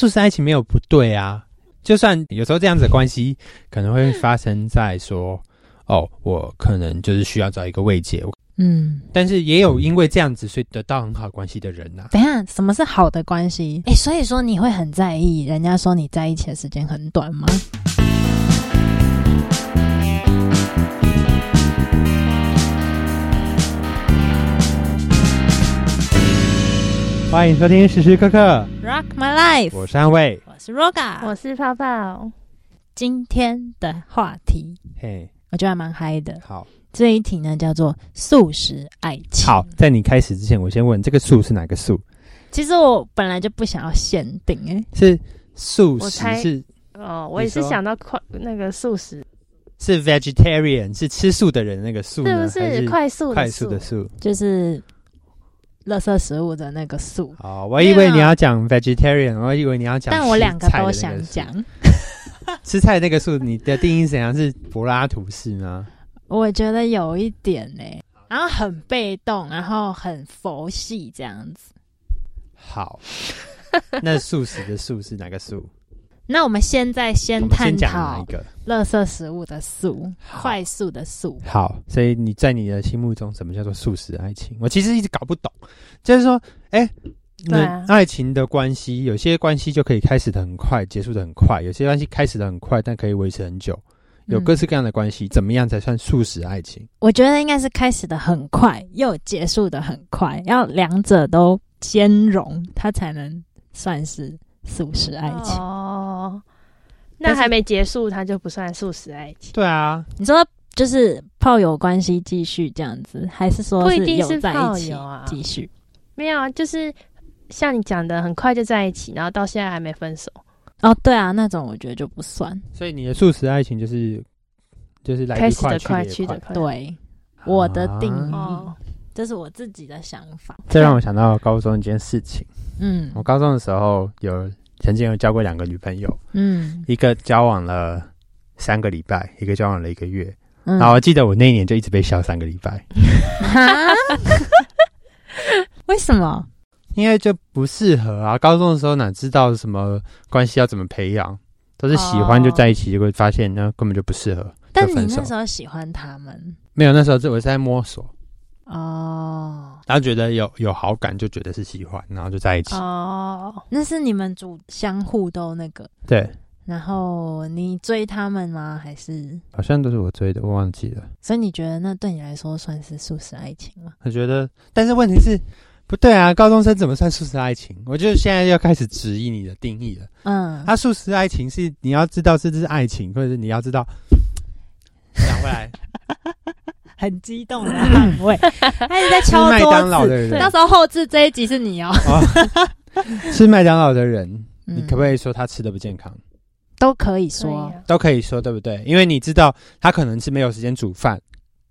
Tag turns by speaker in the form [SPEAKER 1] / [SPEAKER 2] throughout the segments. [SPEAKER 1] 素食爱情没有不对啊。就算有时候这样子的关系可能会发生在说，哦，我可能就是需要找一个慰藉，
[SPEAKER 2] 嗯，
[SPEAKER 1] 但是也有因为这样子所以得到很好关系的人呐、啊
[SPEAKER 2] 等一下什么是好的关系？哎、所以说你会很在意人家说你在一起的时间很短吗？
[SPEAKER 1] 欢迎收听时时刻刻，
[SPEAKER 2] Rock my life，
[SPEAKER 1] 我是安卫。
[SPEAKER 2] 我是 Roga，
[SPEAKER 3] 我是泡泡，
[SPEAKER 2] 今天的话题
[SPEAKER 1] 嘿，
[SPEAKER 2] 我觉得还蛮嗨的。
[SPEAKER 1] 好，
[SPEAKER 2] 这一题呢叫做素食爱情。
[SPEAKER 1] 好，，在你开始之前，我先问这个素是哪个素？
[SPEAKER 2] 其实我本来就不想要限定、诶
[SPEAKER 1] 是素
[SPEAKER 3] 我
[SPEAKER 1] 食
[SPEAKER 3] 猜
[SPEAKER 1] 是
[SPEAKER 3] 哦，我也是
[SPEAKER 1] 你说
[SPEAKER 3] 想到快那个素食，
[SPEAKER 1] 是 vegetarian 是吃素的人那个素
[SPEAKER 3] 是不
[SPEAKER 1] 呢？还
[SPEAKER 3] 是快速
[SPEAKER 1] 快
[SPEAKER 3] 的
[SPEAKER 1] 速
[SPEAKER 3] 速？
[SPEAKER 1] 的素？
[SPEAKER 2] 就是垃圾食物的那个素，
[SPEAKER 1] 哦，我以为
[SPEAKER 2] 没有
[SPEAKER 1] 你要讲 vegetarian，我以为你要讲，
[SPEAKER 2] 但我两个都想讲。。
[SPEAKER 1] 吃菜那个素，你的定义是怎样？是柏拉图式吗？
[SPEAKER 2] 我觉得有一点呢、然后很被动，然后很佛系这样子。
[SPEAKER 1] 好， 那素食的素是哪个素？
[SPEAKER 2] 那我们现在
[SPEAKER 1] 我
[SPEAKER 2] 先
[SPEAKER 1] 们
[SPEAKER 2] 探
[SPEAKER 1] 先讲哪
[SPEAKER 2] 讨
[SPEAKER 1] 一个？
[SPEAKER 2] 垃圾食物的素，
[SPEAKER 1] 好
[SPEAKER 2] 快速的素。
[SPEAKER 1] 好，所以你在你的心目中，什么叫做素食爱情？我其实一直搞不懂，就是说，哎、
[SPEAKER 3] 对
[SPEAKER 1] 那、
[SPEAKER 3] 啊
[SPEAKER 1] 爱情的关系，有些关系就可以开始的很快，结束的很快；有些关系开始的很快，但可以维持很久。有各式各样的关系，怎么样才算素食爱情？
[SPEAKER 2] 嗯我觉得应该是开始的很快，又结束的很快，要两者都兼容，它才能算是素食爱情。
[SPEAKER 3] 哦，
[SPEAKER 2] 但
[SPEAKER 3] 那
[SPEAKER 2] 是
[SPEAKER 3] 还没结束，它就不算素食爱情，
[SPEAKER 1] 对啊，
[SPEAKER 2] 你说就是炮友关系继续这样子，还是说
[SPEAKER 3] 不一定
[SPEAKER 2] 有
[SPEAKER 3] 是
[SPEAKER 2] 在
[SPEAKER 3] 炮
[SPEAKER 2] 一起
[SPEAKER 3] 友啊，
[SPEAKER 2] 继续？
[SPEAKER 3] 没有啊，就是像你讲的，很快就在一起，然后到现在还没分手，
[SPEAKER 2] 哦，对啊，那种我觉得就不算。
[SPEAKER 1] 所以你的素食爱情就是就是来
[SPEAKER 3] 开
[SPEAKER 1] 得
[SPEAKER 3] 始的
[SPEAKER 1] 快，
[SPEAKER 3] 快，
[SPEAKER 1] 去
[SPEAKER 3] 去
[SPEAKER 1] 得
[SPEAKER 3] 的
[SPEAKER 1] 也
[SPEAKER 3] 快，
[SPEAKER 2] 对，我的定
[SPEAKER 1] 啊
[SPEAKER 2] 义，
[SPEAKER 3] 哦，
[SPEAKER 2] 这是我自己的想法。
[SPEAKER 1] 这让我想到高中一件事情。
[SPEAKER 2] 嗯
[SPEAKER 1] 我高中的时候有曾经有交过两个女朋友，
[SPEAKER 2] 嗯
[SPEAKER 1] 一个交往了三个礼拜，一个交往了一个月。
[SPEAKER 2] 嗯，
[SPEAKER 1] 然后我记得我那一年就一直被笑三个礼拜，
[SPEAKER 2] 哈， 为什么？
[SPEAKER 1] 因为就不适合啊。高中的时候哪知道什么关系要怎么培养，都是喜欢就在一起，结果发现那根本就不适合，就
[SPEAKER 2] 但你
[SPEAKER 1] 分手
[SPEAKER 2] 那。时候喜欢他们
[SPEAKER 1] 没有，那时候是我是在摸索，
[SPEAKER 2] 哦，
[SPEAKER 1] 然后觉得有有好感，就觉得是喜欢，然后就在一起。
[SPEAKER 3] 哦，
[SPEAKER 2] 那是你们主相互都那个，
[SPEAKER 1] 对，
[SPEAKER 2] 然后你追他们吗？还是
[SPEAKER 1] 好像都是我追的，我忘记了。
[SPEAKER 2] 所以你觉得那对你来说算是素食爱情吗？
[SPEAKER 1] 我觉得，但是问题是，不对啊，高中生怎么算素食爱情？我就现在要开始质疑你的定义了。
[SPEAKER 2] 嗯，
[SPEAKER 1] 他素食爱情是你要知道这是爱情，或者是你要知道。讲回来，
[SPEAKER 2] 很激动的 捍卫，他一直在
[SPEAKER 1] 吃
[SPEAKER 2] 敲
[SPEAKER 1] 麦当劳
[SPEAKER 2] 桌
[SPEAKER 1] 的
[SPEAKER 2] 子。
[SPEAKER 1] 人
[SPEAKER 2] 到，时候后置这一集是你哦，
[SPEAKER 1] 吃哦麦当劳的人，你
[SPEAKER 2] 嗯
[SPEAKER 1] 可不可以说他吃的不健康？
[SPEAKER 2] 都可以
[SPEAKER 3] 所以
[SPEAKER 2] 说？
[SPEAKER 3] 啊
[SPEAKER 1] 都可以说，对不对？因为你知道他可能是没有时间煮饭，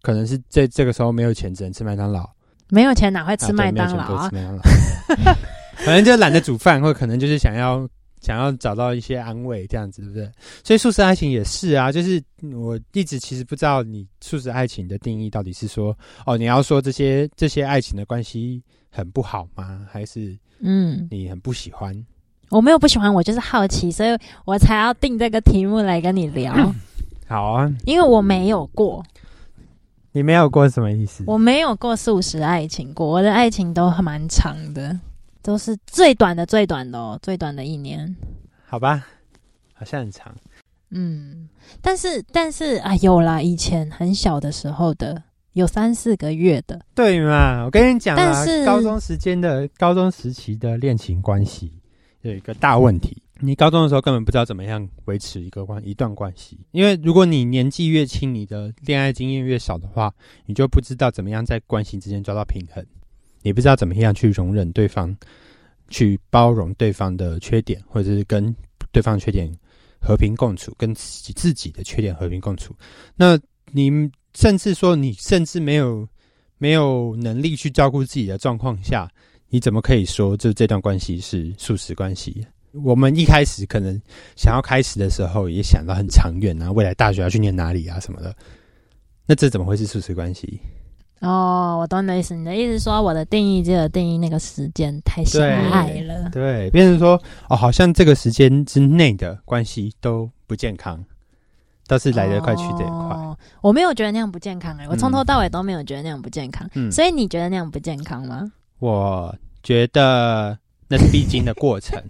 [SPEAKER 1] 可能是这这个时候没有钱，只能吃麦当劳。
[SPEAKER 2] 没有钱哪会吃
[SPEAKER 1] 啊对
[SPEAKER 2] 麦
[SPEAKER 1] 没有
[SPEAKER 2] 当
[SPEAKER 1] 钱
[SPEAKER 2] 劳
[SPEAKER 1] 不会
[SPEAKER 2] 啊
[SPEAKER 1] 吃？麦当劳，可能就懒得煮饭，或可能就是想要想要找到一些安慰，这样子，对不对？所以素食爱情也是啊，就是我一直其实不知道你素食爱情的定义到底是说，哦，你要说这些这些爱情的关系很不好吗？还是
[SPEAKER 2] 嗯，
[SPEAKER 1] 你很不喜欢？
[SPEAKER 2] 我没有不喜欢，我就是好奇，所以我才要定这个题目来跟你 聊，
[SPEAKER 1] 好啊，
[SPEAKER 2] 因为我没有过，
[SPEAKER 1] 你没有过什么意思？
[SPEAKER 2] 我没有过素食爱情过，我的爱情都还蛮长的，都是最短的最短的哦，最短的一年。
[SPEAKER 1] 好吧，好像很长。
[SPEAKER 2] 嗯，但是但是啊，有啦，以前很小的时候的，有三四个月的，
[SPEAKER 1] 对嘛？我跟你讲啊
[SPEAKER 2] 但是，
[SPEAKER 1] 高中时间的高中时期的恋情关系有一个大问题，你高中的时候根本不知道怎么样维持一个关一段关系，因为如果你年纪越轻，你的恋爱经验越少的话，你就不知道怎么样在关系之间抓到平衡，你不知道怎么样去容忍对方，去包容对方的缺点，或者是跟对方的缺点和平共处，跟自己自己的缺点和平共处。那你甚至说你甚至没有没有能力去照顾自己的状况下，你怎么可以说就这段关系是素食关系？我们一开始可能想要开始的时候，也想到很长远啊，未来大学要去念哪里啊什么的，那这怎么会是素食关系？
[SPEAKER 2] 哦，我懂你的意思。你的意思说，我的定义只有定义那个时间太狭隘了。
[SPEAKER 1] 对，变成说哦，好像这个时间之内的关系都不健康，倒是来得快去得也快。
[SPEAKER 2] 哦。我没有觉得那样不健康哎、我从
[SPEAKER 1] 嗯
[SPEAKER 2] 头到尾都没有觉得那样不健康。
[SPEAKER 1] 嗯，
[SPEAKER 2] 所以你觉得那样不健康吗？
[SPEAKER 1] 我觉得那是必经的过程，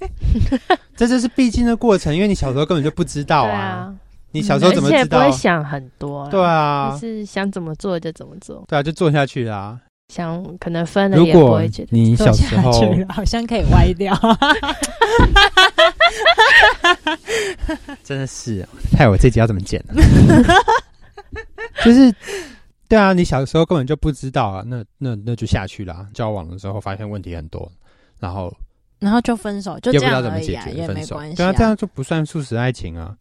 [SPEAKER 1] 这就是必经的过程，因为你小时候根本就不知道
[SPEAKER 3] 对
[SPEAKER 1] 啊，
[SPEAKER 3] 啊，
[SPEAKER 1] 你小时候
[SPEAKER 3] 而
[SPEAKER 1] 怎么
[SPEAKER 3] 且
[SPEAKER 1] 知
[SPEAKER 3] 不
[SPEAKER 1] 道
[SPEAKER 3] 会？想很多，
[SPEAKER 1] 对，啊
[SPEAKER 3] 就，是想怎么做就怎么做，
[SPEAKER 1] 对啊，就做下去啦、
[SPEAKER 3] 想可能分了
[SPEAKER 1] 如
[SPEAKER 3] 也不
[SPEAKER 1] 果
[SPEAKER 3] 会觉得。
[SPEAKER 1] 你
[SPEAKER 2] 做
[SPEAKER 1] 小时
[SPEAKER 2] 下
[SPEAKER 1] 候
[SPEAKER 2] 去了好像可以歪掉。
[SPEAKER 1] 真的是啊害我这集要怎么剪呢？就是对啊，你小时候根本就不知道啊，那那那就下去了啊、交往的时候发现问题很多，然后
[SPEAKER 2] 然后就分手，就
[SPEAKER 1] 也
[SPEAKER 2] 这
[SPEAKER 1] 不知道
[SPEAKER 2] 样
[SPEAKER 1] 怎么
[SPEAKER 2] 而已
[SPEAKER 1] 解
[SPEAKER 2] 啊，
[SPEAKER 1] 决，
[SPEAKER 2] 也
[SPEAKER 1] 分
[SPEAKER 2] 没
[SPEAKER 1] 手
[SPEAKER 2] 关。系、
[SPEAKER 1] 对啊，这样就不算素食爱情啊。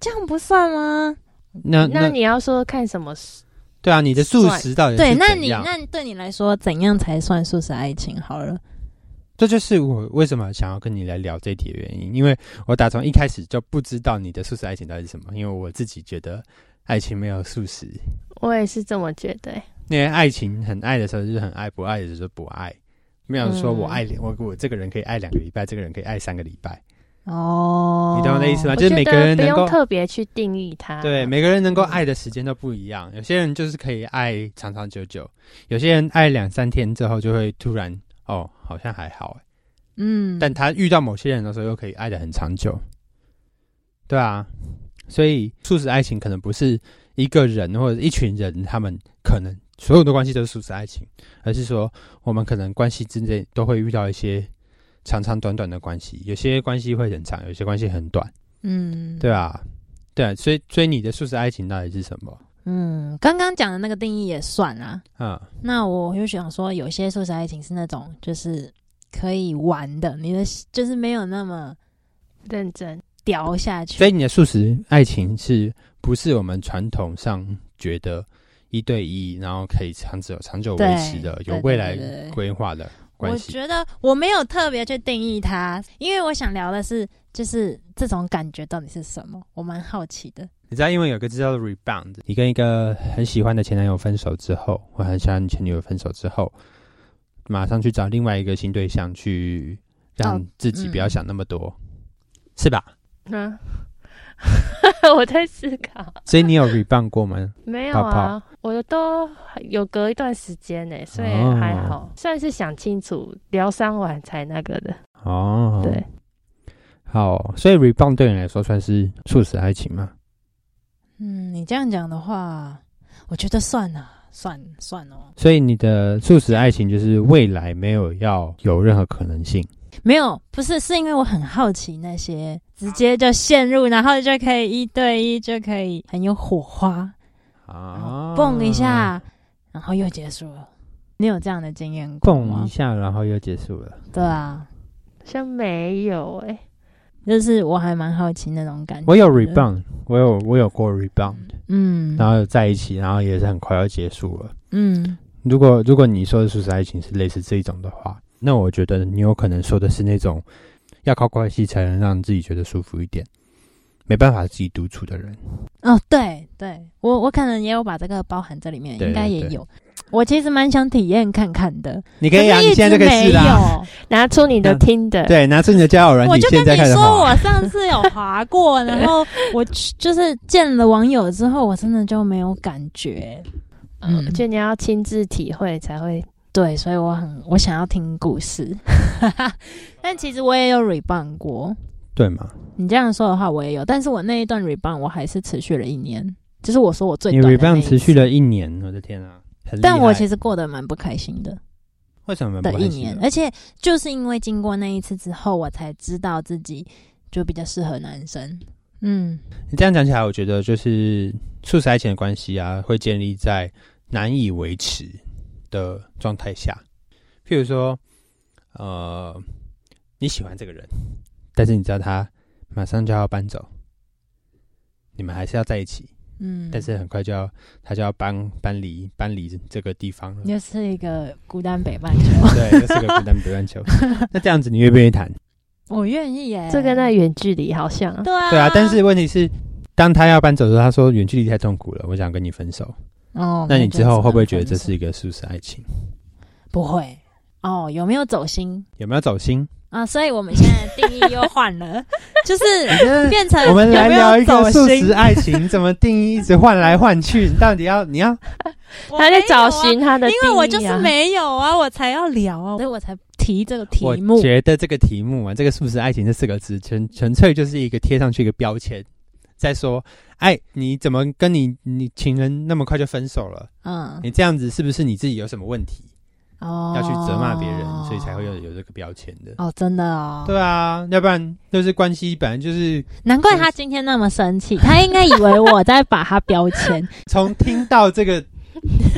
[SPEAKER 2] 这样不算吗？
[SPEAKER 1] 那
[SPEAKER 3] 那
[SPEAKER 1] 啊那
[SPEAKER 3] 你要说看什么事
[SPEAKER 1] 对啊，你的素
[SPEAKER 3] 算
[SPEAKER 1] 食到底
[SPEAKER 2] 对，
[SPEAKER 1] 啊是
[SPEAKER 2] 那
[SPEAKER 1] 怎
[SPEAKER 2] 你
[SPEAKER 1] 样
[SPEAKER 2] 那对你来说，怎样才算素食爱情？好了，
[SPEAKER 1] 这就是我为什么想要跟你来聊这一题的原因，因为我打从一开始就不知道你的素食爱情到底是什么，因为我自己觉得爱情没有素食，
[SPEAKER 3] 我也是这么觉得、
[SPEAKER 1] 因为爱情很爱的时候就是很爱，不爱的时候就不爱。没有说我爱、我我这个人可以爱两个礼拜，这个人可以爱三个礼拜，
[SPEAKER 2] 哦，
[SPEAKER 1] 你懂我的意思吗？
[SPEAKER 3] 我
[SPEAKER 1] 啊就是每
[SPEAKER 3] 觉
[SPEAKER 1] 个
[SPEAKER 3] 得
[SPEAKER 1] 人
[SPEAKER 3] 不
[SPEAKER 1] 能
[SPEAKER 3] 用
[SPEAKER 1] 够
[SPEAKER 3] 特别去定义它。
[SPEAKER 1] 对每个人能够爱的时间都不一样，有些人就是可以爱长长久久，有些人爱两三天之后就会突然哦好像还好，
[SPEAKER 2] 嗯，
[SPEAKER 1] 但他遇到某些人的时候，又可以爱的很长久。对啊，所以素食爱情可能不是一个人或者一群人，他们可能所有的关系都是素食爱情，而是说我们可能关系之内都会遇到一些长长短短的关系，有些关系会很长，有些关系很短。
[SPEAKER 2] 嗯，
[SPEAKER 1] 对啊，对啊，所以所以你的素食爱情到底是什么？
[SPEAKER 2] 嗯，刚刚讲的那个定义也算啊。
[SPEAKER 1] 嗯，
[SPEAKER 2] 那我就想说，有些素食爱情是那种就是可以玩的，你的就是没有那么
[SPEAKER 3] 认真，
[SPEAKER 2] 掉下去。
[SPEAKER 1] 所以你的素食爱情是不是我们传统上觉得一对一，然后可以长久长久维持的、
[SPEAKER 2] 对
[SPEAKER 1] 有未来
[SPEAKER 2] 对对对对
[SPEAKER 1] 规划的关
[SPEAKER 2] 我
[SPEAKER 1] 系？
[SPEAKER 2] 觉得我没有特别去定义它，因为我想聊的是，就是这种感觉到底是什么，我蛮好奇的。
[SPEAKER 1] 你知道英文有个字叫 rebound，你跟一个很喜欢的前男友分手之后，或很喜欢的前女友分手之后，马上去找另外一个新对象，去让
[SPEAKER 2] 哦
[SPEAKER 1] 自己不要
[SPEAKER 2] 嗯
[SPEAKER 1] 想那么多，是吧？
[SPEAKER 3] 嗯，我在思考，
[SPEAKER 1] 所以你有 rebound 过吗？
[SPEAKER 3] 没有啊，我都有隔一段时间呢、所以
[SPEAKER 1] 哦
[SPEAKER 3] 还好，算是想清楚疗伤完才那个的。
[SPEAKER 1] 哦，
[SPEAKER 3] 对，
[SPEAKER 1] 好，所以 rebound 对你来说算是素食爱情吗？
[SPEAKER 2] 嗯，你这样讲的话，我觉得算了，算算哦，
[SPEAKER 1] 所以你的素食爱情就是未来没有要有任何可能性。
[SPEAKER 2] 没有，不是，是因为我很好奇那些直接就陷入，然后就可以一对一，就可以很有火花，然
[SPEAKER 1] 啊
[SPEAKER 2] 后蹦一，下，然后又结束了。你有这样的经验过
[SPEAKER 1] 蹦
[SPEAKER 2] 吗
[SPEAKER 1] 一？下，然后又结束了。
[SPEAKER 2] 对啊，
[SPEAKER 3] 好像没有哎、
[SPEAKER 2] 就是我还蛮好奇那种感觉。
[SPEAKER 1] 我有 rebound，我有我有过 rebound，
[SPEAKER 2] 嗯，
[SPEAKER 1] 然后有在一起，然后也是很快要结束了。
[SPEAKER 2] 嗯，
[SPEAKER 1] 如果如果你说的素食爱情是类似这一种的话，那我觉得你有可能说的是那种要靠关系才能让自己觉得舒服一点，没办法自己独处的人。
[SPEAKER 2] 哦，对对，我我可能也有把这个包含在里面，
[SPEAKER 1] 对
[SPEAKER 2] 应该
[SPEAKER 1] 对
[SPEAKER 2] 也
[SPEAKER 1] 对
[SPEAKER 2] 有。我其实蛮想体验看看的，
[SPEAKER 1] 你
[SPEAKER 2] 可
[SPEAKER 1] 可以啊，
[SPEAKER 2] 是
[SPEAKER 1] 你
[SPEAKER 2] 一
[SPEAKER 1] 现在
[SPEAKER 2] 直
[SPEAKER 1] 就可以
[SPEAKER 2] 没
[SPEAKER 1] 试啦。
[SPEAKER 2] 有。
[SPEAKER 3] 拿出你的
[SPEAKER 1] 那
[SPEAKER 3] 听的，
[SPEAKER 1] 对，拿出你的交友软
[SPEAKER 2] 我
[SPEAKER 1] 体
[SPEAKER 2] 就，跟
[SPEAKER 1] 现在
[SPEAKER 2] 你
[SPEAKER 1] 开始
[SPEAKER 2] 说，
[SPEAKER 1] 滑。
[SPEAKER 2] 我上次有滑 过，然后我去就是见了网友之后，我真的就没有感觉。嗯
[SPEAKER 3] 嗯，我觉得你要亲自体会才会。
[SPEAKER 2] 对，所以我很我想要听故事， 但其实我也有 rebound 过。
[SPEAKER 1] 对嘛？
[SPEAKER 2] 你这样说的话，我也有，但是我那一段 rebound 我还是持续了一年，就是我说我最
[SPEAKER 1] 你
[SPEAKER 2] 短的那
[SPEAKER 1] rebound
[SPEAKER 2] 一
[SPEAKER 1] 持续
[SPEAKER 2] 次，
[SPEAKER 1] 了一年，我的天啊！很厉
[SPEAKER 2] 但我
[SPEAKER 1] 害
[SPEAKER 2] 其实过得蛮不开心的
[SPEAKER 1] 为什么
[SPEAKER 2] 的
[SPEAKER 1] 不
[SPEAKER 2] 一
[SPEAKER 1] 开心
[SPEAKER 2] 年哎
[SPEAKER 1] 呢，
[SPEAKER 2] 而且就是因为经过那一次之后，我才知道自己就比较适合男生。嗯，
[SPEAKER 1] 你这样讲起来，我觉得就是素食爱情的关系啊，会建立在难以维持的状态下。譬如说，呃，你喜欢这个人，但是你知道他马上就要搬走，你们还是要在一起，
[SPEAKER 2] 嗯，
[SPEAKER 1] 但是很快就要他就要搬搬离搬离这个地方了。
[SPEAKER 2] 又是一个孤单北半球，
[SPEAKER 1] 对，这是个孤单北半 球。那这样子，你愿不愿意谈？
[SPEAKER 2] 我愿意
[SPEAKER 1] 嗯
[SPEAKER 2] 耶。
[SPEAKER 3] 这跟那远距离好像啊，
[SPEAKER 2] 对啊，
[SPEAKER 1] 对啊，但是问题是，当他要搬走的时候，他说远距离太痛苦了，我想跟你分手。
[SPEAKER 2] 哦，
[SPEAKER 1] 那你之后会不会觉得这
[SPEAKER 2] 就是
[SPEAKER 1] 一个素食爱情？
[SPEAKER 2] 不会？哦，有没有走心
[SPEAKER 1] 有没有走 心？
[SPEAKER 2] 啊？所以我们现在定义又换了， 就是变成
[SPEAKER 1] 哎我们来
[SPEAKER 2] 有没有
[SPEAKER 1] 聊一
[SPEAKER 2] 走
[SPEAKER 1] 个素
[SPEAKER 2] 心
[SPEAKER 1] 食爱情怎么定义，一直换来换去，你到底要你要
[SPEAKER 3] 他在找寻他的、
[SPEAKER 2] 我没有啊
[SPEAKER 3] 定
[SPEAKER 2] 因为我就
[SPEAKER 3] 义
[SPEAKER 2] 是
[SPEAKER 3] 啊
[SPEAKER 2] 没有啊，我才要聊啊，所以我才提这个题
[SPEAKER 1] 我
[SPEAKER 2] 目。
[SPEAKER 1] 觉得这个题目啊，这个“素食爱情”这四个字，纯纯粹就是一个贴上去一个标签，在说，哎，你怎么跟你你情人那么快就分手了？
[SPEAKER 2] 嗯，
[SPEAKER 1] 你这样子是不是你自己有什么问题，
[SPEAKER 2] 哦，
[SPEAKER 1] 嗯要去责骂别人，所以才会有有这个标签的？
[SPEAKER 2] 哦，真的哦，
[SPEAKER 1] 对啊，要不然就是关系本来就是
[SPEAKER 2] 难怪他今天那么生气，他应该以为我在把他标签，
[SPEAKER 1] 从听到这 个，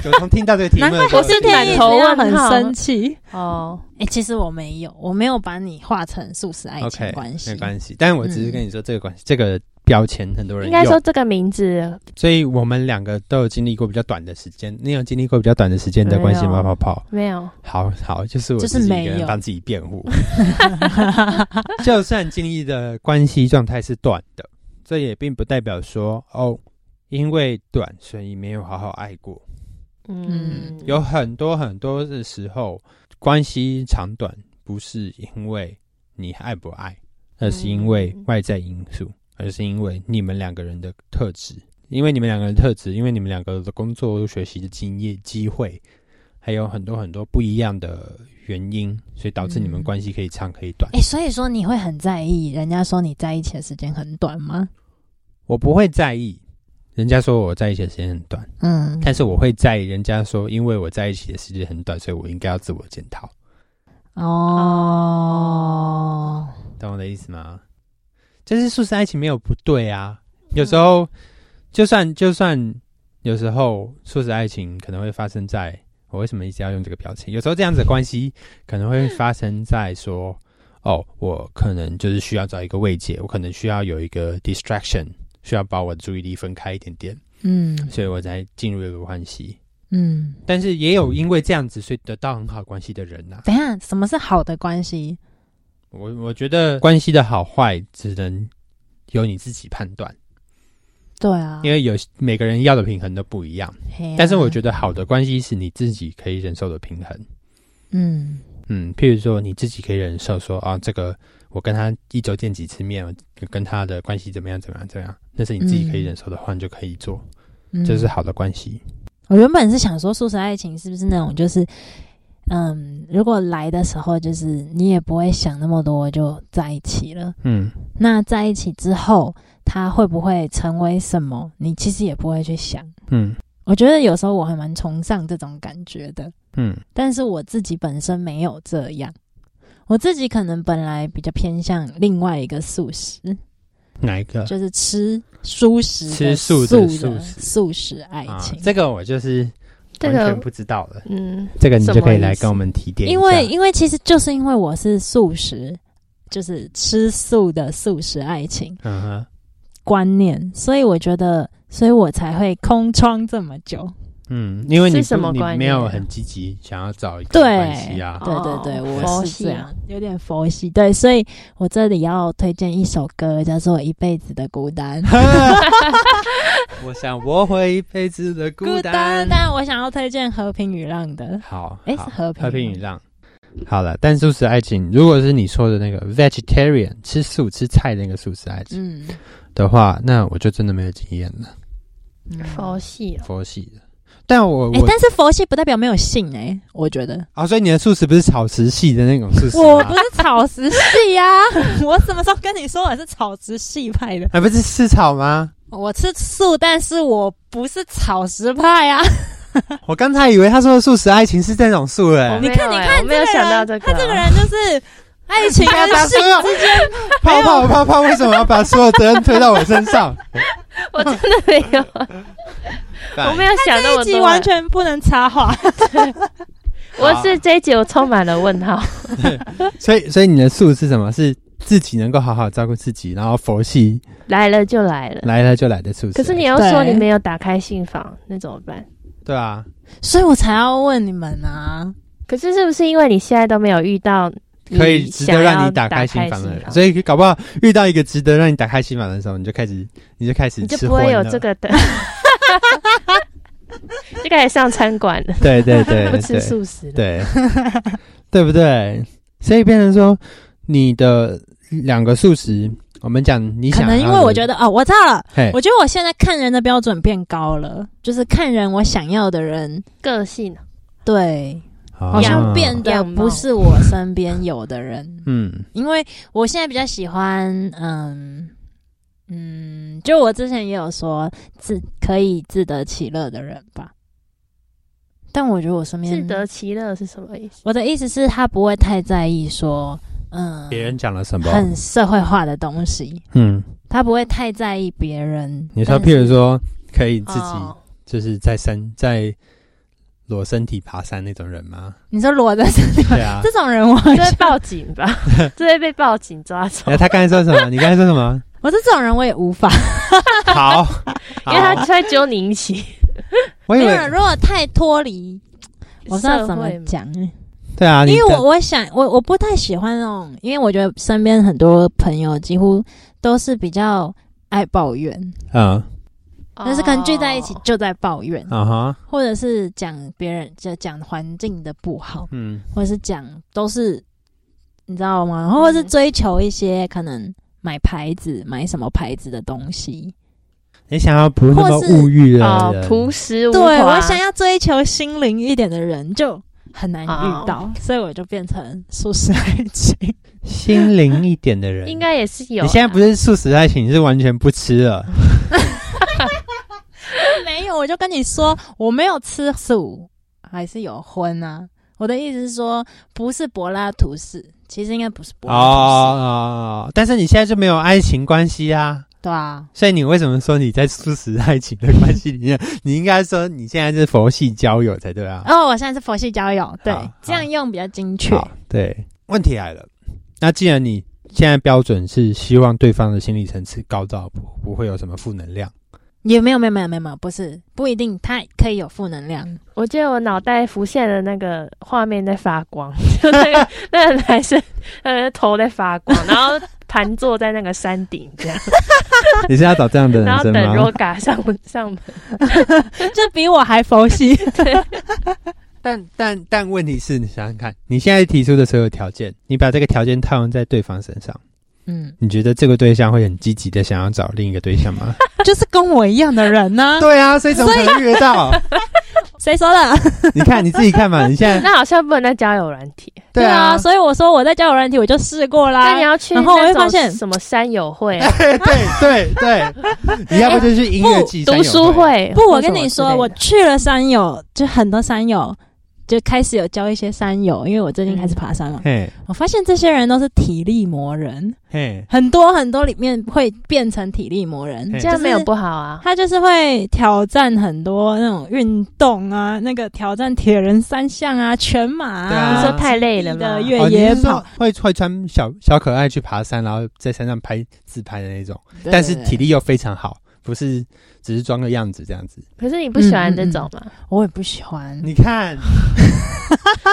[SPEAKER 1] 就从听到这个题目
[SPEAKER 2] 难
[SPEAKER 1] 的
[SPEAKER 2] 怪
[SPEAKER 1] 时候，
[SPEAKER 2] 他
[SPEAKER 3] 我是
[SPEAKER 2] 今天一
[SPEAKER 3] 满
[SPEAKER 2] 直
[SPEAKER 3] 头
[SPEAKER 2] 要
[SPEAKER 3] 问
[SPEAKER 2] 啊很
[SPEAKER 3] 号
[SPEAKER 2] 生气。
[SPEAKER 3] 哦，
[SPEAKER 2] 哎、其实我没有，我没有把你画成素食爱情
[SPEAKER 1] OK
[SPEAKER 2] 关系嗯
[SPEAKER 1] 没关系，但是我只是跟你说这个关系，这个标签很多人
[SPEAKER 3] 应该
[SPEAKER 1] 用
[SPEAKER 3] 说这个名字
[SPEAKER 1] 所以我们两个都有经历过比较短的时间。你有经历过比较短的时间的关系
[SPEAKER 3] 没
[SPEAKER 1] 吗？
[SPEAKER 3] 有
[SPEAKER 1] 泡泡，
[SPEAKER 3] 没有，
[SPEAKER 1] 好好，就是我
[SPEAKER 2] 就是
[SPEAKER 1] 自己
[SPEAKER 2] 没
[SPEAKER 1] 一个人
[SPEAKER 2] 有
[SPEAKER 1] 帮自己辩护。 就算经历的关系状态是短的，这也并不代表说哦，因为短所以没有好好爱过。
[SPEAKER 3] 嗯，
[SPEAKER 1] 有很多很多的时候，关系长短不是因为你爱不爱，而是因为外在因素，而是因为你们两个人的特质，因为你们两个人的特质，因为你们两个的工作、学习的经验、机会，还有很多很多不一样的原因，所以导致你们
[SPEAKER 2] 嗯
[SPEAKER 1] 关系可以长可以短。
[SPEAKER 2] 哎、所以说你会很在意人家说你在一起的时间很短吗？
[SPEAKER 1] 我不会在意人家说我在一起的时间很短，
[SPEAKER 2] 嗯，
[SPEAKER 1] 但是我会在意人家说，因为我在一起的时间很短，所以我应该要自我检讨。
[SPEAKER 2] 哦，
[SPEAKER 1] 懂我的意思吗？就是素食爱情没有不对啊，有时候就算就算有时候素食爱情可能会发生在我为什么一直要用这个表情？有时候这样子的关系可能会发生在说，哦，我可能就是需要找一个慰藉，我可能需要有一个 distraction，需要把我的注意力分开一点点，
[SPEAKER 2] 嗯
[SPEAKER 1] 所以我才进入一个关系。
[SPEAKER 2] 嗯，
[SPEAKER 1] 但是也有因为这样子，所以得到很好关系的人呐、啊
[SPEAKER 2] 等一下什么是好的关系？
[SPEAKER 1] 我我觉得关系的好坏只能由你自己判断，
[SPEAKER 2] 对啊，
[SPEAKER 1] 因为有每个人要的平衡都不一样。但是我觉
[SPEAKER 2] 得，
[SPEAKER 1] 得好的关系是你自己可以忍受的平衡。
[SPEAKER 2] 嗯
[SPEAKER 1] 嗯，譬如说你自己可以忍受说啊，这个我跟他一周见几次面，我跟他的关系怎么样怎么样怎么样，那是你自己可以忍受的话，你就可以做，
[SPEAKER 2] 嗯，
[SPEAKER 1] 这是好的关系。
[SPEAKER 2] 我原本是想说，素食爱情是不是那种就是，嗯，如果来的时候就是你也不会想那么多，就在一起了。
[SPEAKER 1] 嗯，
[SPEAKER 2] 那在一起之后，他会不会成为什么？你其实也不会去想。
[SPEAKER 1] 嗯
[SPEAKER 2] 我觉得有时候我还蛮崇尚这种感觉的，
[SPEAKER 1] 嗯
[SPEAKER 2] 但是我自己本身没有这样。我自己可能本来比较偏向另外一个素食，
[SPEAKER 1] 哪一个？
[SPEAKER 2] 就是吃蔬食的、
[SPEAKER 1] 呃吃素
[SPEAKER 2] 素
[SPEAKER 1] 的
[SPEAKER 2] 的
[SPEAKER 1] 素食
[SPEAKER 2] 素食爱
[SPEAKER 1] 啊
[SPEAKER 2] 情，。
[SPEAKER 1] 这个我就是
[SPEAKER 3] 这
[SPEAKER 1] 完
[SPEAKER 3] 个
[SPEAKER 1] 全不知道了。
[SPEAKER 3] 嗯，
[SPEAKER 1] 这个你就可以
[SPEAKER 3] 什么
[SPEAKER 1] 来
[SPEAKER 3] 意思
[SPEAKER 1] 跟我们提点一下，
[SPEAKER 2] 因为因为其实就是因为我是素食，就是吃素的素食爱情
[SPEAKER 1] 嗯哼
[SPEAKER 2] 观念，所以我觉得，所以我才会空窗这么久。
[SPEAKER 1] 嗯，因为你
[SPEAKER 3] 是什
[SPEAKER 1] 不
[SPEAKER 3] 么
[SPEAKER 1] 你
[SPEAKER 3] 观念
[SPEAKER 1] 没有很积极想要找一个
[SPEAKER 2] 对
[SPEAKER 1] 关系啊，
[SPEAKER 2] 对对对，
[SPEAKER 3] 哦
[SPEAKER 2] 我
[SPEAKER 3] 佛
[SPEAKER 2] 是
[SPEAKER 3] 系
[SPEAKER 2] 这样
[SPEAKER 3] 啊，
[SPEAKER 2] 有点佛系。对，所以我这里要推荐一首歌，叫做《一辈子的孤 单》。
[SPEAKER 1] 我想我会一辈子的孤单。
[SPEAKER 2] 但我想要推荐和平与浪的。
[SPEAKER 1] 好，
[SPEAKER 2] 诶
[SPEAKER 1] 好
[SPEAKER 2] 是和平
[SPEAKER 1] 和平与浪。好了，但素食爱情，如果是你说的那个 vegetarian 吃素吃菜的那个素食爱情
[SPEAKER 2] 嗯，
[SPEAKER 1] 的话，那我就真的没有经验了，
[SPEAKER 2] 嗯
[SPEAKER 3] 佛系哦，
[SPEAKER 1] 佛系的。但我
[SPEAKER 2] 哎、
[SPEAKER 1] 我
[SPEAKER 2] 但是佛系不代表没有性哎、我觉得
[SPEAKER 1] 啊，所以你的素食不是草食系的那种素食
[SPEAKER 2] 我
[SPEAKER 1] 吗
[SPEAKER 2] 不？是啊草食系 呀、我什么时候跟你说我是草食系派的？
[SPEAKER 1] 啊，不是吃草吗？
[SPEAKER 2] 我吃素，但是我不是草食派啊。
[SPEAKER 1] 我刚才以为他说的素食爱情是这种素诶、
[SPEAKER 3] 我
[SPEAKER 2] 你
[SPEAKER 3] 没
[SPEAKER 2] 看
[SPEAKER 3] 有
[SPEAKER 2] 你
[SPEAKER 3] 欸
[SPEAKER 2] 看
[SPEAKER 3] 我没有
[SPEAKER 2] 这个
[SPEAKER 3] 想到
[SPEAKER 2] 人
[SPEAKER 3] 这个，
[SPEAKER 2] 他这个 人就是爱 情跟性之间
[SPEAKER 1] 泡泡泡泡，为什么要把所有责任推到我身上？
[SPEAKER 3] 我真的没有，
[SPEAKER 1] 哎
[SPEAKER 3] 我没有想那
[SPEAKER 2] 这一
[SPEAKER 3] 么
[SPEAKER 2] 集
[SPEAKER 3] 多，
[SPEAKER 2] 完全不能插话。
[SPEAKER 3] 我是这一集我充满了问号，
[SPEAKER 1] 所以，所以你的素是什么？是自己能够好好照顾自己，然后佛系
[SPEAKER 3] 来了就来了。
[SPEAKER 1] 来了就来的素食。
[SPEAKER 3] 可是你又说
[SPEAKER 2] 对
[SPEAKER 3] 你没有打开信访，那怎么办？
[SPEAKER 1] 对啊，
[SPEAKER 2] 所以我才要问你们啊。
[SPEAKER 3] 可是是不是因为你现在都没有遇到
[SPEAKER 1] 可以值得让你打
[SPEAKER 3] 开
[SPEAKER 1] 开心房的
[SPEAKER 3] 的
[SPEAKER 1] 人，所以搞不好遇到一个值得让你打开心房的时候，你就开始，你就开始
[SPEAKER 3] 你就
[SPEAKER 1] 吃
[SPEAKER 3] 不会
[SPEAKER 1] 荤
[SPEAKER 3] 有
[SPEAKER 1] 了
[SPEAKER 3] 这。个的 就开始上餐馆了，
[SPEAKER 1] 对对 对
[SPEAKER 3] 不
[SPEAKER 1] 对
[SPEAKER 3] 吃素食了。
[SPEAKER 1] 对，对不对？所以变成说，你的两个素食，我们讲你哎
[SPEAKER 2] 可
[SPEAKER 1] 想，
[SPEAKER 2] 能因为我觉
[SPEAKER 1] 得，
[SPEAKER 2] 得哦，我知道了，
[SPEAKER 1] 嘿，
[SPEAKER 2] 我觉得我现在看人的标准变高了，就是看人我想要的人，
[SPEAKER 3] 个性
[SPEAKER 2] 对，
[SPEAKER 1] 好
[SPEAKER 2] 好像
[SPEAKER 3] 啊
[SPEAKER 2] 变得
[SPEAKER 3] 样貌
[SPEAKER 2] 不是我身边有的人，
[SPEAKER 1] 嗯
[SPEAKER 2] 因为我现在比较喜欢，嗯嗯，就我之前也有说自可以自得其乐的人吧，但我觉得我身边
[SPEAKER 3] 自得其乐是什么意思？
[SPEAKER 2] 我的意思是，他不会太在意说，嗯，
[SPEAKER 1] 别人讲了什么，
[SPEAKER 2] 很社会化的东西，
[SPEAKER 1] 嗯，
[SPEAKER 2] 他不会太在意别人。
[SPEAKER 1] 你说，
[SPEAKER 2] 但是
[SPEAKER 1] 譬如说，可以自己
[SPEAKER 3] 哦
[SPEAKER 1] 就是在山在裸身体爬山那种人 吗？
[SPEAKER 2] 你说裸的
[SPEAKER 1] 对啊
[SPEAKER 2] 这。种人我，
[SPEAKER 3] 这 会报警吧？这会被报警抓走，
[SPEAKER 1] 哎，他刚才说什么？你刚才说什 么？
[SPEAKER 2] 我是这种人我也无法。
[SPEAKER 1] 好，
[SPEAKER 3] 因为他
[SPEAKER 1] 好
[SPEAKER 3] 在揪你一起。
[SPEAKER 1] 我以
[SPEAKER 2] 没
[SPEAKER 1] 为
[SPEAKER 2] 有，如果太脱离， 我不知道怎么
[SPEAKER 3] 社会嘛
[SPEAKER 2] 讲，因
[SPEAKER 1] 对啊，你
[SPEAKER 2] 为
[SPEAKER 1] 的
[SPEAKER 2] 我我想我我不太喜欢那种，因为我觉得身边很多朋友几乎都是比较爱抱怨，
[SPEAKER 1] 嗯
[SPEAKER 2] 但是可能聚在一起
[SPEAKER 3] 哦
[SPEAKER 2] 就在抱怨，
[SPEAKER 1] 啊哈
[SPEAKER 2] 或者是讲别人就讲环境的不好。
[SPEAKER 1] 嗯
[SPEAKER 2] 或者是讲都是你知道吗？或者是追求一些可能买牌子、买什么牌子的东西。
[SPEAKER 1] 你想要不那么
[SPEAKER 2] 或是啊
[SPEAKER 1] 物欲的
[SPEAKER 3] 哦，
[SPEAKER 1] 人，
[SPEAKER 3] 朴实无
[SPEAKER 2] 对
[SPEAKER 3] 华
[SPEAKER 2] 我想要追求心灵一点的人就很难遇到，所以我就变成素食爱情。
[SPEAKER 1] 心灵一点的人，
[SPEAKER 3] 应该也是有啦。啊
[SPEAKER 1] 你现在不是素食爱情，你是完全不吃了。
[SPEAKER 2] 没有，我就跟你说，我没有吃素，还是有荤啊。我的意思是说，不是柏拉图式，其实应该不是柏
[SPEAKER 1] 哦
[SPEAKER 2] 拉图式，
[SPEAKER 1] 哦，哦但是你现在就没有爱情关系啊，
[SPEAKER 2] 对啊，
[SPEAKER 1] 所以你为什么说你在素食爱情的关系里面，你应该说你现在是佛系交友才对啊？
[SPEAKER 2] 哦，我现在是佛系交友，对
[SPEAKER 1] 好，
[SPEAKER 2] 这样用比较精确。
[SPEAKER 1] 好对，问题来了，那既然你现在标准是希望对方的心理层次高到不不会有什么负能量，
[SPEAKER 2] 也没有没有没有没有没有，不是不一定，它可以有负能量。
[SPEAKER 3] 我记得我脑袋浮现了那个画面在发光， 就那个那个男生呃头在发光，然后盘坐在那个山顶 这样，
[SPEAKER 1] 你是要找这样的
[SPEAKER 3] 然
[SPEAKER 1] 人
[SPEAKER 3] 后
[SPEAKER 1] 生
[SPEAKER 3] 等
[SPEAKER 1] 吗？
[SPEAKER 3] Roga 上 上门。
[SPEAKER 2] 这比我还佛系。
[SPEAKER 1] 但但但问题是你想想看，你现在提出的所有条件，你把这个条件套用在对方身上，
[SPEAKER 2] 嗯，
[SPEAKER 1] 你觉得这个对象会很积极的想要找另一个对象 吗？
[SPEAKER 2] 就是跟我一样的人呢、
[SPEAKER 1] 对啊， 所以啊怎么可能遇得到？
[SPEAKER 2] 谁说的？
[SPEAKER 1] 你看你自己看嘛，你现 在
[SPEAKER 3] 那好像不能再交友软体，
[SPEAKER 2] 对啊，所以我说我在交友软体我就试过
[SPEAKER 3] 那你
[SPEAKER 2] 啦。
[SPEAKER 3] 要去
[SPEAKER 2] 啊然后我会
[SPEAKER 3] 那种
[SPEAKER 2] 发现
[SPEAKER 3] 什么山友会、 啊、
[SPEAKER 1] 对对对， 你要不就去音乐季、
[SPEAKER 3] 读书会。
[SPEAKER 2] 不，我
[SPEAKER 3] 或什
[SPEAKER 2] 跟
[SPEAKER 3] 么
[SPEAKER 2] 你
[SPEAKER 3] 之
[SPEAKER 2] 说，
[SPEAKER 3] 类的
[SPEAKER 2] 我去了山友，就很多山友就开始有交一些山友，因为我最近开始爬山
[SPEAKER 3] 嗯
[SPEAKER 2] 嘛。
[SPEAKER 1] 嘿
[SPEAKER 2] 我发现这些人都是体力魔人，
[SPEAKER 1] 嘿，
[SPEAKER 2] 很多很多里面会变成体力魔人，
[SPEAKER 1] 嘿
[SPEAKER 3] 这样没有
[SPEAKER 2] 就是
[SPEAKER 3] 不好啊。
[SPEAKER 2] 他就是会挑战很多那种运动啊，那个挑战铁人三项啊、全马
[SPEAKER 1] 对
[SPEAKER 2] 啊，
[SPEAKER 1] 啊
[SPEAKER 3] 你说太累了吗
[SPEAKER 2] 的？
[SPEAKER 1] 嘿
[SPEAKER 2] 越野
[SPEAKER 1] 哦你是说
[SPEAKER 2] 跑，
[SPEAKER 1] 会会穿小小可爱去爬山，然后在山上拍自拍的那种，
[SPEAKER 2] 对
[SPEAKER 1] 但是
[SPEAKER 2] 对对
[SPEAKER 1] 体力又非常好，不是只是装个样子这样子。
[SPEAKER 3] 可是你不喜欢这种嘛？
[SPEAKER 2] 我也不喜欢，
[SPEAKER 1] 你看，？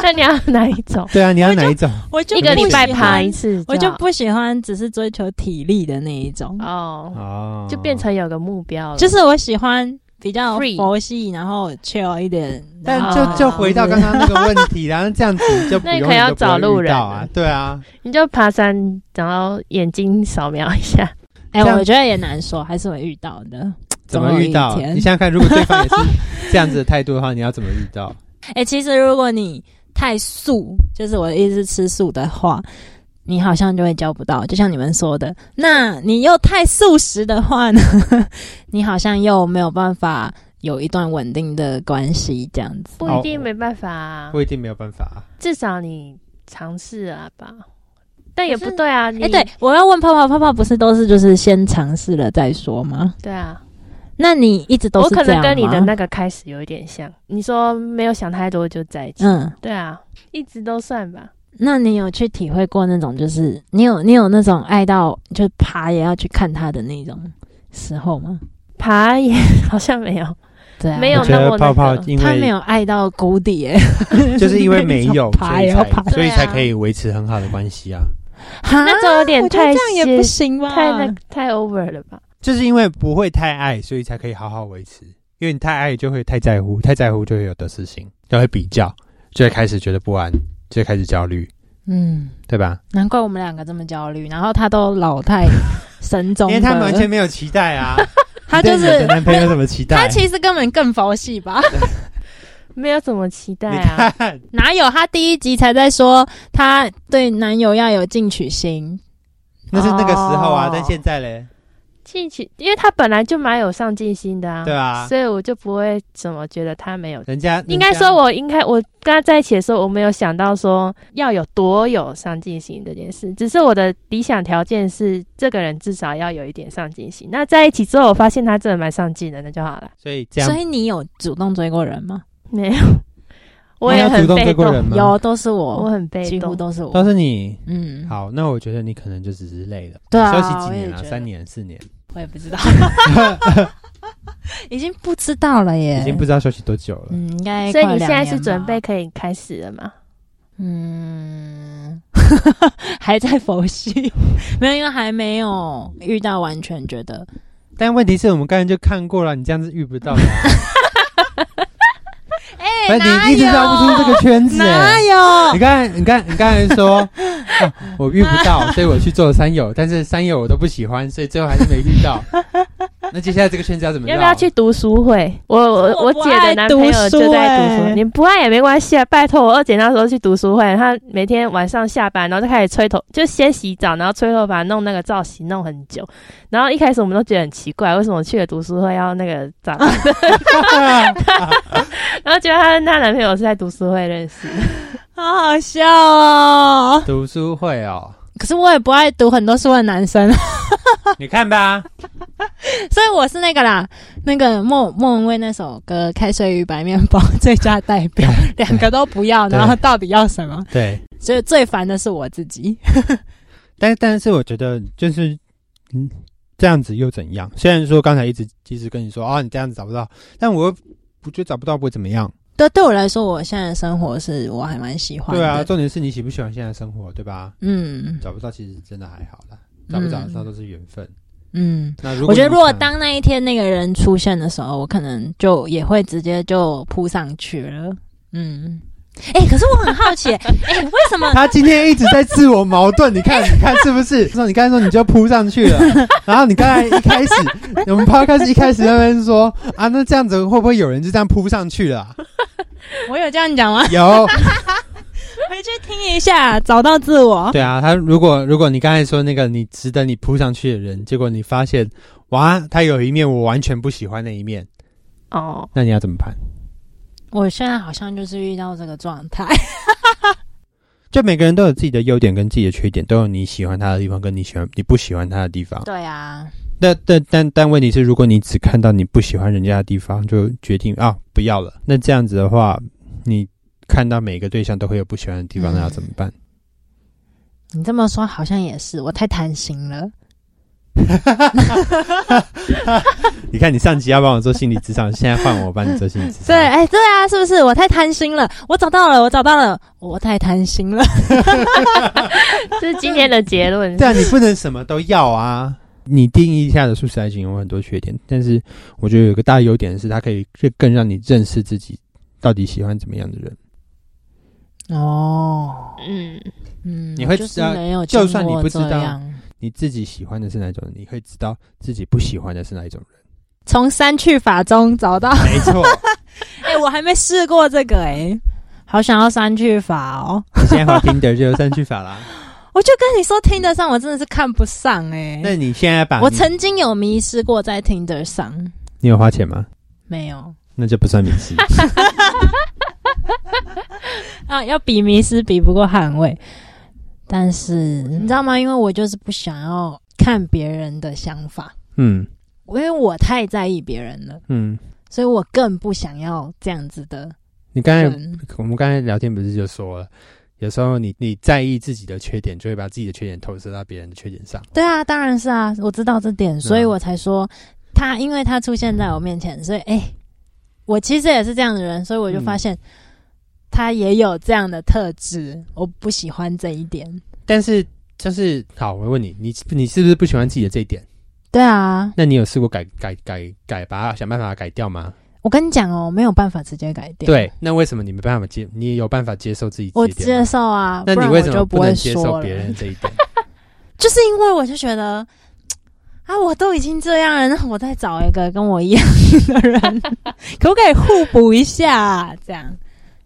[SPEAKER 3] 那你要哪一 种
[SPEAKER 1] 对啊，你要哪一种？
[SPEAKER 2] 我就
[SPEAKER 3] 一个
[SPEAKER 2] 不
[SPEAKER 3] 礼拜
[SPEAKER 2] 喜
[SPEAKER 3] 爬
[SPEAKER 2] 欢
[SPEAKER 3] 一，次啊好，
[SPEAKER 2] 我就不喜欢只是追求体力的那一种，
[SPEAKER 3] 哦，
[SPEAKER 1] 哦，
[SPEAKER 3] 就变成有个目标了。
[SPEAKER 2] 就是我喜欢比较
[SPEAKER 3] 嗯 Free
[SPEAKER 2] 佛系，然后 chill 一点，
[SPEAKER 1] 但
[SPEAKER 2] 然后
[SPEAKER 1] 就就回到刚刚 那个问题，然后这样子就不
[SPEAKER 3] 那你
[SPEAKER 1] 用
[SPEAKER 3] 可能要找路人
[SPEAKER 1] 啊
[SPEAKER 3] 了，
[SPEAKER 1] 对啊，
[SPEAKER 3] 你就爬山，然后眼睛扫描一下，
[SPEAKER 2] 哎，
[SPEAKER 1] 这样
[SPEAKER 2] 我觉得也难说，还是会遇到
[SPEAKER 3] 嗯
[SPEAKER 2] 的。
[SPEAKER 1] 怎么遇到？
[SPEAKER 2] 总有一天
[SPEAKER 1] 你想想看，如果对方也是这样子的态度的话，你要怎么遇 到？
[SPEAKER 2] 哎、其实如果你太素，就是我的意思是吃素的话，你好像就会交不到。就像你们说的，那你又太素食的话呢， 你好像又没有办法有一段稳定的关系这样子。
[SPEAKER 3] 不一定没办法、啊，
[SPEAKER 1] 我一定没有办法、啊。
[SPEAKER 3] 至少你尝试了吧。但也
[SPEAKER 2] 可
[SPEAKER 3] 不
[SPEAKER 2] 是
[SPEAKER 3] 对啊，你
[SPEAKER 2] 哎、对，我要问泡泡，泡泡不是都是就是先尝试了再说吗？
[SPEAKER 3] 对啊，
[SPEAKER 2] 那你一直都
[SPEAKER 3] 我
[SPEAKER 2] 是
[SPEAKER 3] 可
[SPEAKER 2] 这样
[SPEAKER 3] 能跟你的
[SPEAKER 2] 吗
[SPEAKER 3] 那个开始有一点像。你说没有想太多就在一起，
[SPEAKER 2] 嗯，
[SPEAKER 3] 对啊，一直都算吧。
[SPEAKER 2] 那你有去体会过那种就是你有你有那种爱到就爬也要去看他的那种时候吗？
[SPEAKER 3] 爬也 好像没有，
[SPEAKER 2] 对啊，
[SPEAKER 3] 没有
[SPEAKER 1] 我觉
[SPEAKER 3] 那
[SPEAKER 1] 得
[SPEAKER 3] 我
[SPEAKER 1] 泡
[SPEAKER 3] 那
[SPEAKER 1] 泡
[SPEAKER 3] 个
[SPEAKER 1] 因
[SPEAKER 2] 他没
[SPEAKER 1] 为
[SPEAKER 2] 有爱到谷底、欸，
[SPEAKER 1] 就是因为没 有，
[SPEAKER 2] 爬
[SPEAKER 1] 所以
[SPEAKER 2] 也要爬
[SPEAKER 1] 才，所以才
[SPEAKER 3] 对啊
[SPEAKER 1] 可以维持很好的关系啊。
[SPEAKER 2] 哈
[SPEAKER 3] 那种有点
[SPEAKER 2] 我觉得
[SPEAKER 3] 太
[SPEAKER 2] 这样也
[SPEAKER 3] 歇
[SPEAKER 2] 不行吧？
[SPEAKER 3] 太那太 over 了吧？
[SPEAKER 1] 就是因为不会太爱，所以才可以好好维持。因为你太爱就会太在乎，太在乎就会有得失心，就会比较，就会开始觉得不安，就会开始焦虑，
[SPEAKER 2] 嗯，
[SPEAKER 1] 对吧？
[SPEAKER 2] 难怪我们两个这么焦虑，然后他都老态神
[SPEAKER 1] 因
[SPEAKER 2] 宗了，
[SPEAKER 1] 为他们完全没有期待啊，
[SPEAKER 2] 他
[SPEAKER 1] 你对
[SPEAKER 2] 就
[SPEAKER 1] 你的
[SPEAKER 2] 是
[SPEAKER 1] 男 朋友有什么期待？
[SPEAKER 2] 他其实根本更佛系 吧？
[SPEAKER 3] 没有怎么期待
[SPEAKER 1] 你
[SPEAKER 3] 啊。
[SPEAKER 1] 看，
[SPEAKER 2] 哪有他第一集才在说他对男友要有进取心？
[SPEAKER 1] 那是那个时候啊
[SPEAKER 3] 哦，
[SPEAKER 1] 但现在嘞，
[SPEAKER 3] 进去，因为他本来就蛮有上进心的啊，
[SPEAKER 1] 对啊
[SPEAKER 3] 所以我就不会怎么觉得他没有。
[SPEAKER 1] 人家
[SPEAKER 3] 应该说，，我应该我跟他在一起的时候，我没有想到说要有多有上进心这件事，只是我的理想条件是这个人至少要有一点上进心。那在一起之后，我发现他真的蛮上进的，那就好了。
[SPEAKER 1] 所以这样
[SPEAKER 2] 所以你有主动追过人吗？
[SPEAKER 3] 没有，我
[SPEAKER 1] 你
[SPEAKER 3] 也
[SPEAKER 1] 有
[SPEAKER 3] 很
[SPEAKER 1] 主动
[SPEAKER 3] 被
[SPEAKER 1] 追过
[SPEAKER 3] 动，
[SPEAKER 1] 人吗？哦
[SPEAKER 2] 有，都是
[SPEAKER 3] 我
[SPEAKER 2] 我，
[SPEAKER 3] 很被
[SPEAKER 2] 几乎
[SPEAKER 3] 动。
[SPEAKER 2] 都是我。
[SPEAKER 1] 都是你。
[SPEAKER 2] 嗯，
[SPEAKER 1] 好，那我觉得你可能就只是累了，
[SPEAKER 2] 对啊
[SPEAKER 1] 休息几年
[SPEAKER 2] 我也觉
[SPEAKER 1] 啊，
[SPEAKER 2] 得
[SPEAKER 1] 三年、四年，
[SPEAKER 2] 我也不知道， 已经不知道了耶，
[SPEAKER 1] 已经不知道休息多久了。
[SPEAKER 2] 嗯，应该。
[SPEAKER 3] 所以你现在是准备？可以开始了吗？
[SPEAKER 2] 嗯， 还在佛系，没有，因为还没有遇到完全觉得
[SPEAKER 1] 但问题是我们刚才就看过了，你这样子遇不到的啊。哎你一直绕不出这个圈子
[SPEAKER 2] 哪
[SPEAKER 1] 哎。
[SPEAKER 2] 有
[SPEAKER 1] 你看，你看，你刚才说、 啊我遇不到，所以我去做了山友，但是山友我都不喜欢，所以最后还是没遇 到。那接下来这个圈子要怎么绕？
[SPEAKER 3] 要不要去读书会？我我
[SPEAKER 2] 我
[SPEAKER 3] 我
[SPEAKER 2] 不
[SPEAKER 3] 姐的男朋友
[SPEAKER 2] 爱读
[SPEAKER 3] 就
[SPEAKER 2] 书
[SPEAKER 3] 在读书，
[SPEAKER 2] 欸
[SPEAKER 3] 你不爱也没关系啊。拜托，我二姐那时候去读书会，她每天晚上下班，然后就开始吹头，就先洗澡，然后吹头发，弄那个造型，弄很久。然后一开始我们都觉得很奇怪，为什么去了读书会要那个澡？ 然后觉得她跟她男朋友是在读书会认识的，
[SPEAKER 2] 好好笑哦！
[SPEAKER 1] 读书会哦？
[SPEAKER 2] 可是我也不爱读很多书的男生，
[SPEAKER 1] 你看吧，
[SPEAKER 2] 所以我是那个啦，那个莫莫文蔚那首歌《开水与白面包》 最佳代表，两个都不要，
[SPEAKER 1] 对
[SPEAKER 2] 然后到底要什么？
[SPEAKER 1] 对，
[SPEAKER 2] 所以最烦的是我自己。
[SPEAKER 1] 但但是我觉得就是，嗯，这样子又怎样？虽然说刚才一直一直跟你说啊，你这样子找不到，但我又不觉得找不到不会怎么样。
[SPEAKER 2] 对，对我来说，我现在的生活是我还蛮喜欢的。
[SPEAKER 1] 对啊，，重点是你喜不喜欢现在的生活，对吧？
[SPEAKER 2] 嗯
[SPEAKER 1] 找不到其实真的还好啦，找不找得到都是缘分。
[SPEAKER 2] 嗯，
[SPEAKER 1] 那如果
[SPEAKER 2] 我觉得
[SPEAKER 1] 你
[SPEAKER 2] 如果
[SPEAKER 1] 想
[SPEAKER 2] 当那一天那个人出现的时候，我可能就也会直接就扑上去了。嗯，哎、可是我很好奇、哎、为 什么？
[SPEAKER 1] 他今天一直在自我矛盾，你看，你看是不 是？说你刚才说你就扑上 去了，然后你刚才一开始，我们抛开始一开始那边说啊，那这样子会不会有人就这样扑上去了啊、
[SPEAKER 2] 我有这样讲吗？
[SPEAKER 1] 有，
[SPEAKER 2] 回去听一下，找到自我。
[SPEAKER 1] 对啊，他如果如果你刚才说那个你值得你扑上去的人，结果你发现哇，他有一面我完全不喜欢那一面，
[SPEAKER 3] 哦，
[SPEAKER 1] 那你要怎么办？
[SPEAKER 2] 我现在好像就是遇到这个状态。
[SPEAKER 1] 就每个人都有自己的优点跟自己的缺点，都有你喜欢他的地方跟你喜欢你不喜欢他的地方。
[SPEAKER 2] 对啊，
[SPEAKER 1] 那但但但问题是，如果你只看到你不喜欢人家的地方，就决定啊不要了，那这样子的话，你看到每个对象都会有不喜欢的地方，
[SPEAKER 2] 嗯
[SPEAKER 1] 那要怎么 办？
[SPEAKER 2] 你这么说好像也是，我太贪心了。
[SPEAKER 1] 你看，你上集要帮我做心理智商，现在换我帮你做心理智商。
[SPEAKER 2] 对，哎、对啊，是不是？我太贪心了，我找到了，我找到了，我太贪心了。
[SPEAKER 3] 这是今天的结论。
[SPEAKER 1] 但啊你不能什么都要啊。你定义下的素食爱情有很多缺点，但是我觉得有个大优点是，它可以更让你认识自己到底喜欢怎么样的人。
[SPEAKER 2] 哦，
[SPEAKER 3] 嗯，
[SPEAKER 2] 嗯，
[SPEAKER 1] 你会
[SPEAKER 2] 我就是
[SPEAKER 1] 知道
[SPEAKER 2] 没有经
[SPEAKER 1] 就
[SPEAKER 2] 过这样，
[SPEAKER 1] 算你不知道你自己喜欢的是哪种人，你会知道自己不喜欢的是哪一种人。
[SPEAKER 2] 从删去法中找到。
[SPEAKER 1] 没错，
[SPEAKER 2] 哎、我还没试过这个哎、好想要删去法哦！
[SPEAKER 1] 你现在滑听的就有三句法 啦。
[SPEAKER 2] 我就跟你说，听得上我真的是看不上哎、
[SPEAKER 1] 那你现在把你
[SPEAKER 2] 我曾经有迷失过在听得上，
[SPEAKER 1] 你有花钱吗？
[SPEAKER 2] 没有
[SPEAKER 1] 那就不算明 星。
[SPEAKER 2] 啊，要比迷失比不过捍卫。但是你知道吗？因为我就是不想要看别人的想法，
[SPEAKER 1] 嗯
[SPEAKER 2] 因为我太在意别人了，
[SPEAKER 1] 嗯，
[SPEAKER 2] 所以我更不想要这样子的
[SPEAKER 1] 你刚才
[SPEAKER 2] 人。
[SPEAKER 1] 我们刚才聊天不是就说了，有时候你你在意自己的缺点，就会把自己的缺点投射到别人的缺点上。
[SPEAKER 2] 对啊，当然是啊，我知道这点，所以我才说他，因为他出现在我面前，所以哎、我其实也是这样的人，所以我就发
[SPEAKER 1] 嗯
[SPEAKER 2] 现他也有这样的特质，我不喜欢这一点。
[SPEAKER 1] 但是就是好，我问你，你你是不是不喜欢自己的这一点？
[SPEAKER 2] 对啊，
[SPEAKER 1] 那你有试过改改改改，把它想办法改掉吗？
[SPEAKER 2] 我跟你讲哦，我没有办法直接改掉。，
[SPEAKER 1] 对，那为什么你没办法接？你也有办法接受自己
[SPEAKER 2] 我
[SPEAKER 1] 这一点
[SPEAKER 2] 接
[SPEAKER 1] 吗？
[SPEAKER 2] 受啊，
[SPEAKER 1] 那
[SPEAKER 2] 不
[SPEAKER 1] 你
[SPEAKER 2] 然
[SPEAKER 1] 为
[SPEAKER 2] 我
[SPEAKER 1] 什
[SPEAKER 2] 就
[SPEAKER 1] 么
[SPEAKER 2] 不
[SPEAKER 1] 能
[SPEAKER 2] 会
[SPEAKER 1] 接
[SPEAKER 2] 说
[SPEAKER 1] 受
[SPEAKER 2] 了
[SPEAKER 1] 别人这一点？
[SPEAKER 2] 就是因为我就觉得啊，我都已经这样了，那我再找一个跟我一样的人， 可不可以互补一下？啊这样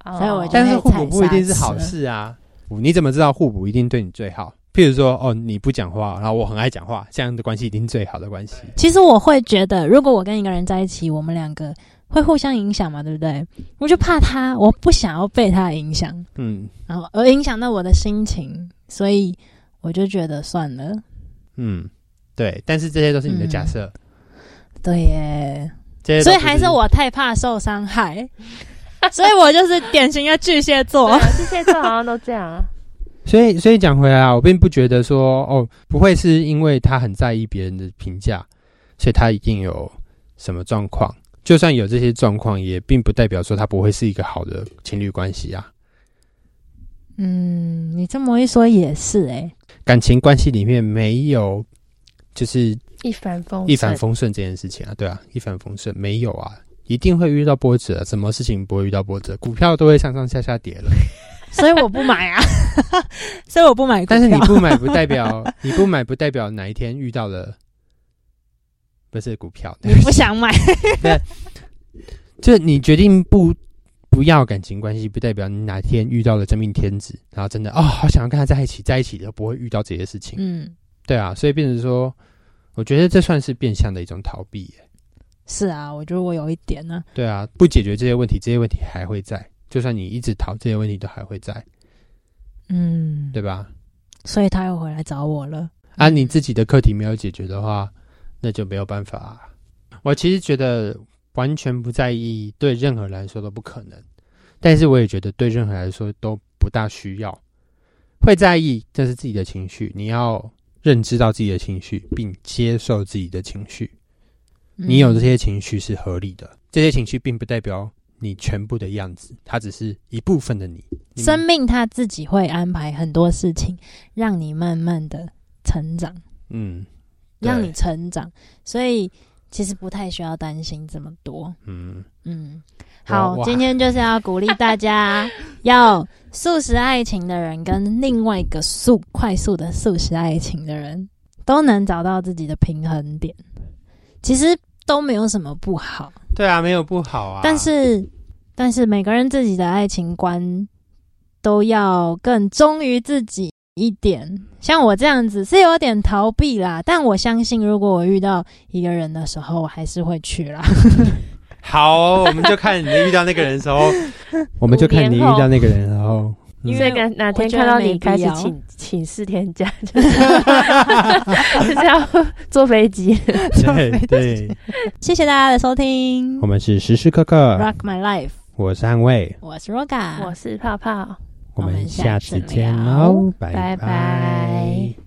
[SPEAKER 3] 哦
[SPEAKER 2] 所以我觉
[SPEAKER 1] 但
[SPEAKER 2] 得
[SPEAKER 1] 是
[SPEAKER 2] 可以
[SPEAKER 1] 互
[SPEAKER 2] 踩
[SPEAKER 1] 补不一定是
[SPEAKER 2] 刹
[SPEAKER 1] 好
[SPEAKER 2] 车
[SPEAKER 1] 事啊！你怎么知道互补一定对你最好？譬如说，哦，你不讲话，然后我很爱讲话，这样的关系一定是最好的关系。
[SPEAKER 2] 其实我会觉得，如果我跟一个人在一起，我们两个会互相影响嘛，对不对？我就怕他，我不想要被他影响，
[SPEAKER 1] 嗯
[SPEAKER 2] 然后而影响到我的心情，所以我就觉得算了。
[SPEAKER 1] 嗯，对。但是这些都是你的假设，
[SPEAKER 2] 对耶，
[SPEAKER 1] 这些
[SPEAKER 2] 嗯所以
[SPEAKER 1] 都不
[SPEAKER 2] 还是我太怕受伤害，所以我就是典型的巨蟹座。
[SPEAKER 3] 对啊巨蟹座好像都这样啊。
[SPEAKER 1] 所以，所以讲回来啊，我并不觉得说，哦，不会是因为他很在意别人的评价，所以他一定有什么状况。就算有这些状况，也并不代表说他不会是一个好的情侣关系啊。
[SPEAKER 2] 嗯，你这么一说也是哎、
[SPEAKER 1] 感情关系里面没有就是
[SPEAKER 3] 一帆风
[SPEAKER 1] 一帆
[SPEAKER 3] 顺
[SPEAKER 1] 风顺这件事情啊，对啊，一帆风顺没有啊，一定会遇到波折、啊什么事情不会遇到波折？股票都会上上下下跌了，
[SPEAKER 2] 所以我不买啊，所以我不买股票。
[SPEAKER 1] 但是你不买 不代表你不买不代表哪一天遇到了不是股票，对
[SPEAKER 2] 你不想买，
[SPEAKER 1] 就你决定不不要感情关系，不代表你哪天遇到了真命天子，然后真的哦，好想要跟他在一起，在一起都不会遇到这些事情，
[SPEAKER 2] 嗯，
[SPEAKER 1] 对啊，所以变成说，我觉得这算是变相的一种逃避耶、
[SPEAKER 2] 是啊，我觉得我有一点呢、
[SPEAKER 1] 对啊，不解决这些问题，这些问题还会在，就算你一直逃，这些问题都还会在，
[SPEAKER 2] 嗯，
[SPEAKER 1] 对吧？
[SPEAKER 2] 所以他又回来找我了。
[SPEAKER 1] 啊，你自己的课题没有解决的话，那就没有办法、啊我其实觉得完全不在意，对任何人来说都不可能。但是我也觉得对任何人来说都不大需要。会在意，这是自己的情绪，你要认知到自己的情绪，并接受自己的情绪。
[SPEAKER 2] 嗯
[SPEAKER 1] 你有这些情绪是合理的，这些情绪并不代表你全部的样子，它只是一部分的你。你
[SPEAKER 2] 生命，他自己会安排很多事情，让你慢慢的成长，
[SPEAKER 1] 嗯，对
[SPEAKER 2] 让你成长，所以其实不太需要担心这么多。
[SPEAKER 1] 嗯，
[SPEAKER 2] 嗯，
[SPEAKER 1] 哇
[SPEAKER 2] 好，
[SPEAKER 1] 哇
[SPEAKER 2] 今天就是要鼓励 大家要素食爱情的人跟另外一个速快速的素食爱情的人都能找到自己的平衡点，其实都没有什么不好，
[SPEAKER 1] 对啊，没有不好啊。
[SPEAKER 2] 但是但是每个人自己的爱情观都要更忠于自己一点。像我这样子是有点逃避啦，但我相信如果我遇到一个人的时候，我还是会去啦。
[SPEAKER 1] 好哦、我们就看你遇到那个人的时候，我们就看你遇到那个人的时候，嗯
[SPEAKER 2] 因
[SPEAKER 3] 所
[SPEAKER 2] 为
[SPEAKER 3] 以哪哪天
[SPEAKER 2] 我觉得
[SPEAKER 3] 看到
[SPEAKER 2] 没
[SPEAKER 3] 你
[SPEAKER 2] 必
[SPEAKER 3] 开始
[SPEAKER 2] 要
[SPEAKER 3] 请请四天假，就是 就是要坐飞机。
[SPEAKER 1] 嗯 对对，
[SPEAKER 2] 谢谢大家的收听
[SPEAKER 1] 我。们是时时刻刻，
[SPEAKER 2] Rock My Life，
[SPEAKER 1] 我是汉卫，
[SPEAKER 2] 我是 Roga，
[SPEAKER 3] 我是泡泡。
[SPEAKER 1] 我
[SPEAKER 2] 我
[SPEAKER 1] 们
[SPEAKER 2] 们
[SPEAKER 1] 下
[SPEAKER 2] 下
[SPEAKER 1] 次
[SPEAKER 2] 次
[SPEAKER 1] 见
[SPEAKER 2] 聊
[SPEAKER 1] 喽，拜
[SPEAKER 3] 拜拜